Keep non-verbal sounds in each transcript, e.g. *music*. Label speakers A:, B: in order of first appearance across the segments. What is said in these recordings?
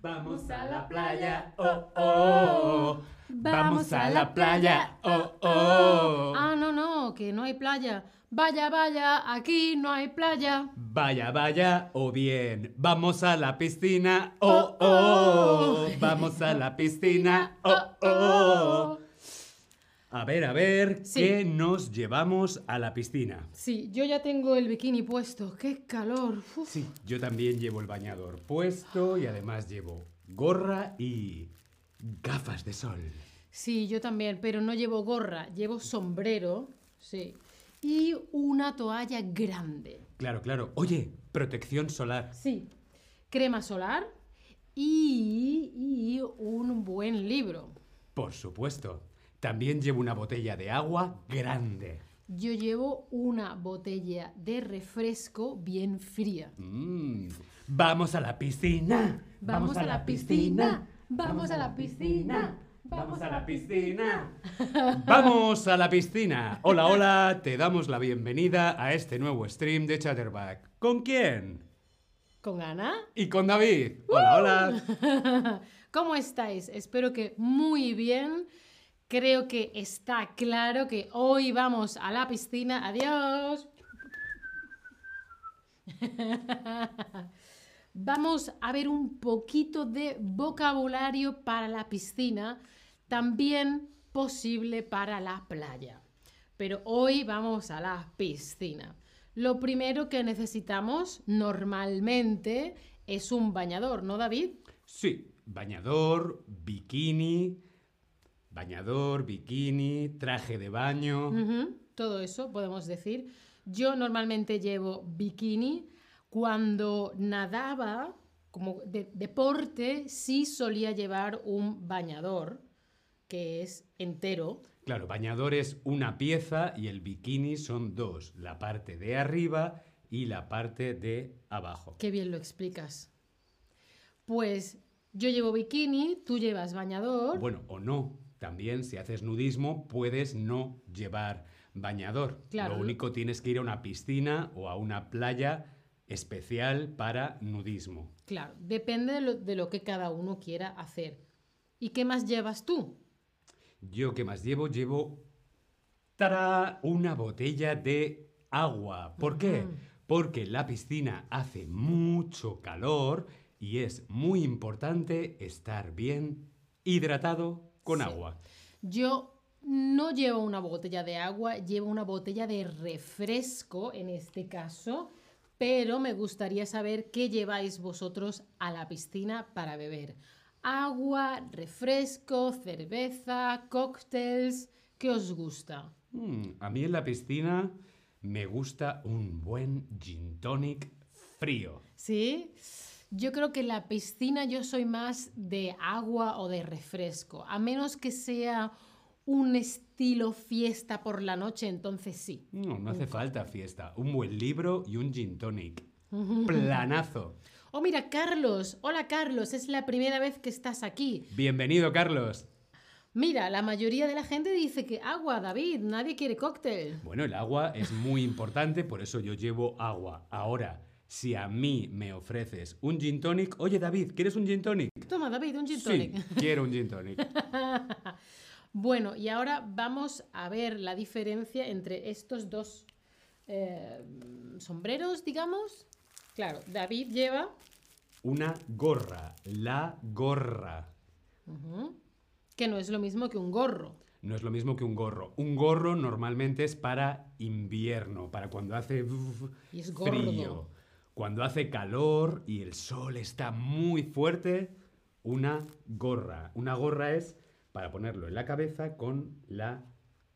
A: Vamos a la playa, oh, oh. Vamos a la playa, oh, oh.
B: Ah, no, no, que no hay playa. Vaya, vaya, aquí no hay playa.
A: Vaya, vaya, o bien. Vamos a la piscina, oh, oh. Vamos a *laughs* la piscina, oh, oh. A ver, a ver,
B: Sí.
A: ¿qué nos llevamos a la piscina?
B: Sí, yo ya tengo el bikini puesto. ¡Qué calor! Uf.
A: Sí, yo también llevo el bañador puesto y además llevo gorra y gafas de sol.
B: Sí, yo también, pero no llevo gorra, llevo sombrero, sí, y una toalla grande.
A: Claro, claro. Oye, protección solar.
B: Sí, crema solar y, y un buen libro.
A: Por supuesto. También llevo una botella de agua grande.
B: Yo llevo una botella de refresco bien fría.
A: Mm. Vamos a la piscina.
B: Vamos a la piscina. Vamos a la piscina.
A: Vamos a la piscina. Vamos a la piscina. Hola, hola. Te damos la bienvenida a este nuevo stream de Chatterback. ¿Con quién?
B: ¿Con Ana?
A: Y con David.
B: ¡Uh!
A: Hola, hola.
B: ¿Cómo estáis? Espero que muy bien. Creo que está claro que hoy vamos a la piscina. Adiós. *laughs* Vamos a ver un poquito de vocabulario para la piscina, también posible para la playa. Pero hoy vamos a la piscina. Lo primero que necesitamos normalmente es un bañador, ¿no, David?
A: Sí, bañador, bikini. Bañador, bikini, traje de baño.
B: Ujú, Todo eso podemos decir. Yo normalmente llevo bikini. Cuando nadaba, como de- deporte, sí solía llevar un bañador, que es entero.
A: Claro, bañador es una pieza y el bikini son dos, la parte de arriba y la parte de abajo.
B: Qué bien lo explicas. Pues yo llevo bikini, tú llevas bañador.
A: Bueno, o no, también si haces nudismo puedes no llevar bañador.
B: Claro.
A: Lo único tienes que ir a una piscina o a una playa especial para nudismo.
B: Claro, depende de lo, de lo que cada uno quiera hacer. ¿Y qué más llevas tú?
A: Yo que más llevo, llevo ¡Tará! una botella de agua. ¿Por qué?
B: Ujú.
A: Porque la piscina hace mucho calor y es muy importante estar bien hidratado con
B: Sí.
A: agua.
B: Yo no llevo una botella de agua, llevo una botella de refresco en este caso, pero me gustaría saber qué lleváis vosotros a la piscina para beber. Agua, refresco, cerveza, cócteles, ¿qué os gusta?
A: Mm, a mí en la piscina me gusta un buen gin tonic frío.
B: ¿Sí? Yo creo que en la piscina yo soy más de agua o de refresco, a menos que sea un estilo fiesta por la noche, entonces sí.
A: No, no hace falta fiesta. Un buen libro y un gin tonic. Planazo.
B: Oh, mira, Carlos. Hola, Carlos. Es la primera vez que estás aquí.
A: Bienvenido, Carlos.
B: Mira, la mayoría de la gente dice que agua, David. Nadie quiere cóctel.
A: Bueno, el agua es muy importante, por eso yo llevo agua. Ahora, si a mí me ofreces un gin tonic, oye David, ¿quieres un gin tonic?
B: Toma, David, un gin
A: Sí,
B: tonic. *laughs*
A: quiero un gin tonic.
B: Bueno, y ahora vamos a ver la diferencia entre estos dos eh, sombreros, digamos. Claro, David lleva...
A: Una gorra, la gorra.
B: Ujú, que no es lo mismo que un gorro.
A: No es lo mismo que un gorro. Un gorro normalmente es para invierno, para cuando hace uf,
B: Y es gordo.
A: frío. Cuando hace calor y el sol está muy fuerte, una gorra. Una gorra es para ponerlo en la cabeza con la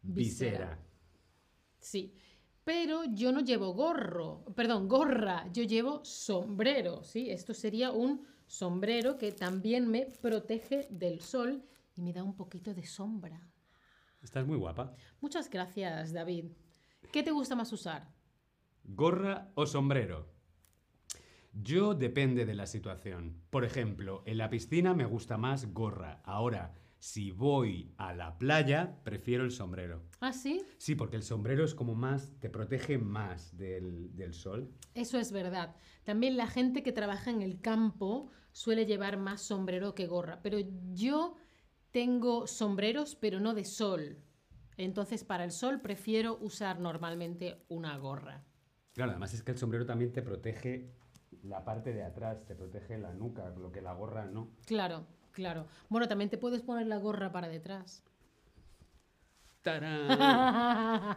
B: Visera.
A: visera.
B: Sí. Pero yo no llevo gorro, perdón, gorra, yo llevo sombrero, ¿sí? Esto sería un sombrero que también me protege del sol y me da un poquito de sombra.
A: Estás muy guapa.
B: Muchas gracias, David. ¿Qué te gusta más usar?
A: ¿Gorra o sombrero? Yo depende de la situación. Por ejemplo, en la piscina me gusta más gorra. Ahora, Si voy a la playa, prefiero el sombrero.
B: ¿Ah, sí?
A: Sí, porque el sombrero es como más, te protege más del, del sol.
B: Eso es verdad. También la gente que trabaja en el campo suele llevar más sombrero que gorra, pero yo tengo sombreros, pero no de sol. Entonces, para el sol prefiero usar normalmente una gorra.
A: Claro, además es que el sombrero también te protege la parte de atrás, te protege la nuca, lo que la gorra no.
B: Claro, claro. Bueno, también te puedes poner la gorra para detrás.
A: ¡Tarán!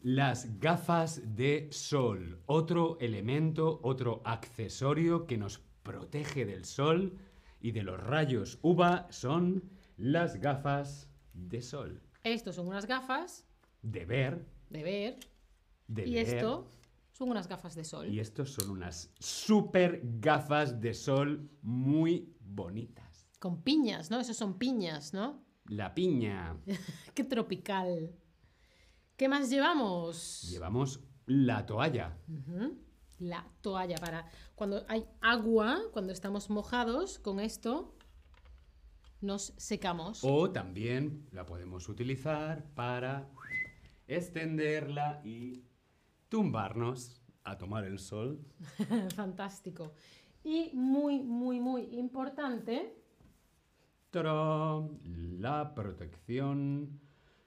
A: Las gafas de sol, otro elemento, otro accesorio que nos protege del sol y de los rayos UVA son las gafas de sol.
B: Estos son unas gafas
A: De ver,
B: de ver
A: de
B: y
A: leer.
B: esto son unas gafas de sol.
A: Y e- estos son unas super gafas de sol muy bonitas.
B: Con piñas, ¿no? Esos son piñas, ¿no?
A: La piña.
B: Qué tropical. ¿Qué más llevamos?
A: Llevamos la toalla.
B: Ujú. La toalla para cuando hay agua, cuando estamos mojados, con esto nos secamos.
A: O también la podemos utilizar para extenderla y tumbarnos a tomar el sol.
B: *laughs* Fantástico. Y muy, muy, muy importante,
A: ¡Tarán! La protección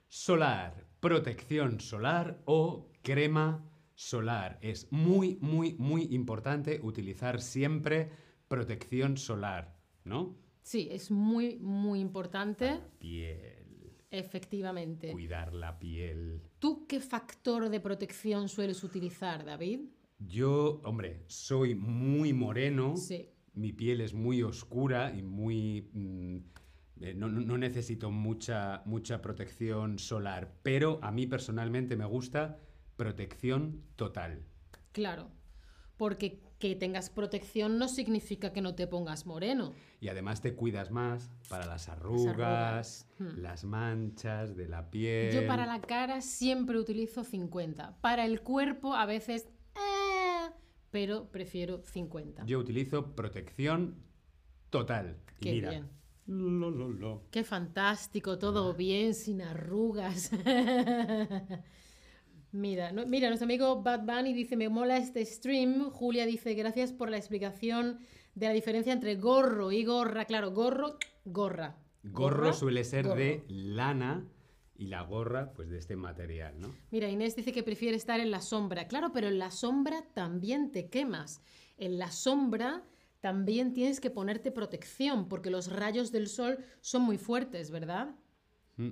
A: solar. Protección solar o crema solar. Es muy, muy, muy importante utilizar siempre protección solar, ¿no?
B: sí, es muy, muy importante,
A: Piel.
B: efectivamente.
A: Cuidar la piel.
B: ¿Tú qué factor de protección sueles utilizar, David?
A: Yo, hombre, soy muy moreno.
B: Sí.
A: Mi piel es muy oscura y muy... mm, eh, no, no- no necesito mucha, mucha protección solar, pero a mí personalmente me gusta protección total.
B: Claro, porque que tengas protección no significa que no te pongas moreno.
A: Y además te cuidas más para las arrugas, las,
B: hmm.
A: manchas de la piel.
B: Yo para la cara siempre utilizo 50. Para el cuerpo a veces... "Ah", pero prefiero 50.
A: Yo utilizo protección total. Y
B: Qué
A: mira.
B: bien.
A: Lo, lo, lo.
B: Qué fantástico, todo bien, sin arrugas. *laughs* mira, nu- mira, nuestro amigo Bad Bunny dice, me mola este stream. Julia dice, gracias por la explicación de la diferencia entre gorro y gorra. Claro, gorro, gorra.
A: Gorro
B: Gorra,
A: suele ser
B: gorro.
A: de lana y la gorra, pues de este material, ¿no?
B: Mira, Inés dice que prefiere estar en la sombra. Claro, pero en la sombra también te quemas. En la sombra también tienes que ponerte protección porque los rayos del sol son muy fuertes, ¿verdad?
A: Mm.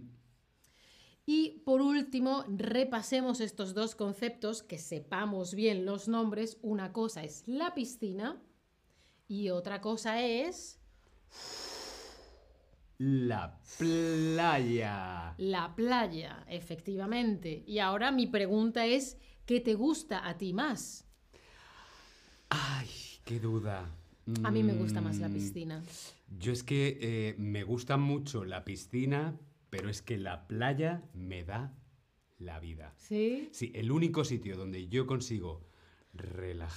B: Y por último, repasemos estos dos conceptos, que sepamos bien los nombres. Una cosa es la piscina y otra cosa es
A: La playa.
B: la playa, efectivamente. Y ahora mi pregunta es, ¿qué te gusta a ti más?
A: Ay, qué duda.
B: A mí me gusta más la
A: Mm,
B: piscina.
A: Yo es que eh, me gusta mucho la piscina, pero es que la playa me da la vida.
B: ¿Sí?
A: Sí, el único sitio donde yo consigo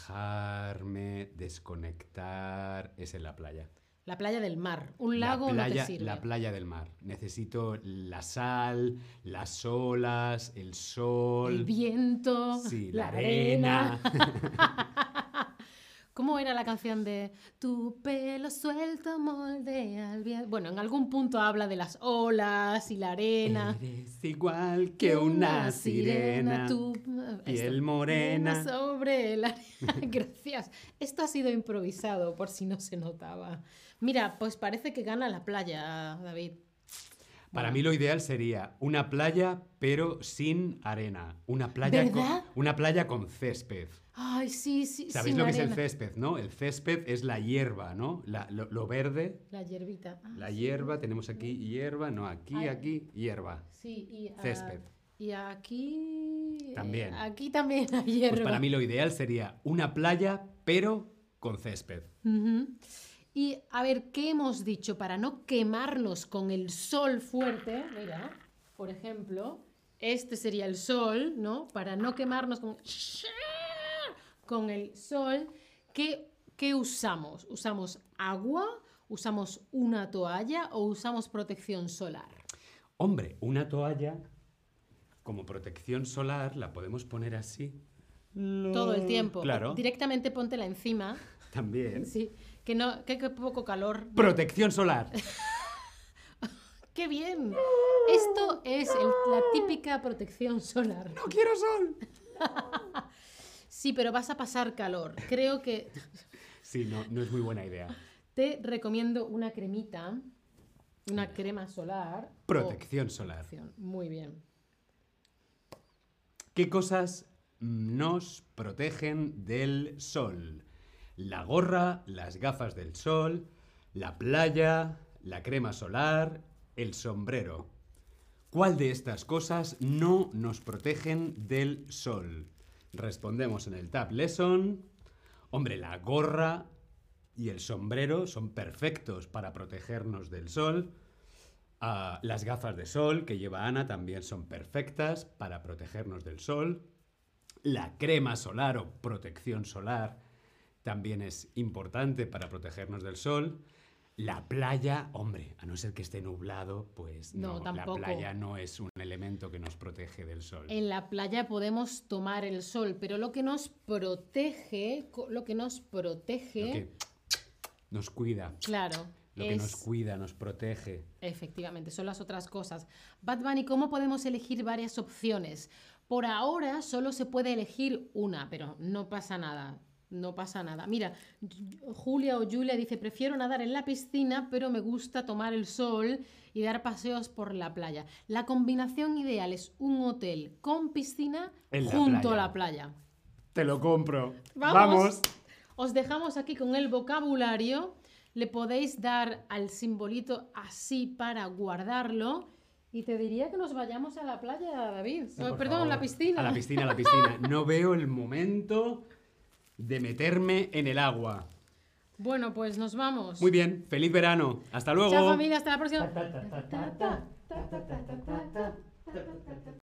A: relajarme, desconectar, es en la playa.
B: La playa del mar. Un
A: La
B: lago
A: playa-
B: no te sirve.
A: La playa del mar. Necesito la sal, las olas, el sol.
B: El viento,
A: Sí, la arena.
B: ¿Cómo era la canción de Tu pelo suelto moldea al viento? Bueno, en algún punto habla de las olas y la arena.
A: *laughs* Eres igual que una sirena.
B: tu
A: piel
B: esto,
A: morena.
B: sobre la
A: *laughs*
B: *laughs* Gracias. Esto ha sido improvisado, por si no se notaba. Mira, pues parece que gana la playa, David.
A: Para mí lo ideal sería una playa, pero sin arena. Una playa, con,
B: ¿Verdad?
A: una playa con césped.
B: Ay, sí, sí.
A: ¿Sabéis
B: sin
A: lo que es
B: arena.
A: el césped, no? El césped es la hierba, ¿no? La- lo, lo verde,
B: La hierbita. Ah,
A: la
B: sí.
A: hierba, tenemos aquí hierba, no, aquí,
B: Ay.
A: aquí, hierba.
B: Sí, y a-
A: Césped.
B: Y aquí.
A: También.
B: Aquí también hay hierba.
A: Pues para mí lo ideal sería una playa, pero con césped.
B: Ujú. Y a ver, ¿qué hemos dicho? Para no quemarnos con el sol fuerte, mira, por ejemplo, este sería el sol, ¿no? Para no quemarnos con, con el sol, ¿qué, ¿qué usamos? ¿Usamos agua ¿Usamos una toalla o usamos protección solar?
A: Hombre, una toalla como protección solar la podemos poner así.
B: Todo el tiempo.
A: Mm, Claro,
B: Directamente póntela encima. *laughs*
A: también.
B: Sí. Que no, que, que poco calor.
A: Protección
B: *laughs*
A: solar.
B: ¡Qué bien! Esto es el- la típica protección solar.
A: No quiero sol.
B: Sí, pero vas a pasar calor. Creo que
A: Sí, no, no es muy buena idea.
B: Oh. te recomiendo una cremita, una crema solar. o
A: Protección solar.
B: protección. Muy bien.
A: ¿Qué cosas nos protegen del sol? La gorra, las gafas del sol, la playa, la crema solar, el sombrero. ¿Cuál de estas cosas no nos protegen del sol? Respondemos en el Tab Lesson. Hombre, la gorra y el sombrero son perfectos para protegernos del sol. Ah, las gafas de sol que lleva Ana también son perfectas para protegernos del sol. La crema solar o protección solar también es importante para protegernos del sol. La playa, hombre, a no ser que esté nublado, pues no,
B: No,
A: la
B: tampoco.
A: playa no es un elemento que nos protege del sol.
B: En la playa podemos tomar el sol, pero lo que nos protege, co- lo que nos protege,
A: Lo que nos cuida,
B: claro,
A: lo que
B: es
A: nos cuida, nos protege.
B: Efectivamente, son las otras cosas. Bad Bunny, ¿cómo podemos elegir varias opciones? Por ahora solo se puede elegir una, pero no pasa nada. No pasa nada. Mira, Ju- Julia o Julia dice, prefiero nadar en la piscina, pero me gusta tomar el sol y dar paseos por la playa. La combinación ideal es un hotel con piscina
A: En la
B: junto
A: playa.
B: a la playa.
A: Te lo compro.
B: Vamos. Os dejamos aquí con el vocabulario. Le podéis dar al simbolito así para guardarlo. Y te diría que nos vayamos a la playa, David.
A: No,
B: Eh,
A: por
B: Perdón, la
A: favor.
B: piscina.
A: A la piscina, a la piscina. No veo el momento de meterme en el agua.
B: Bueno, pues nos vamos.
A: Muy bien, feliz verano. Hasta luego.
B: Chao familia, hasta la próxima.
A: Ta, ta, ta, ta, ta.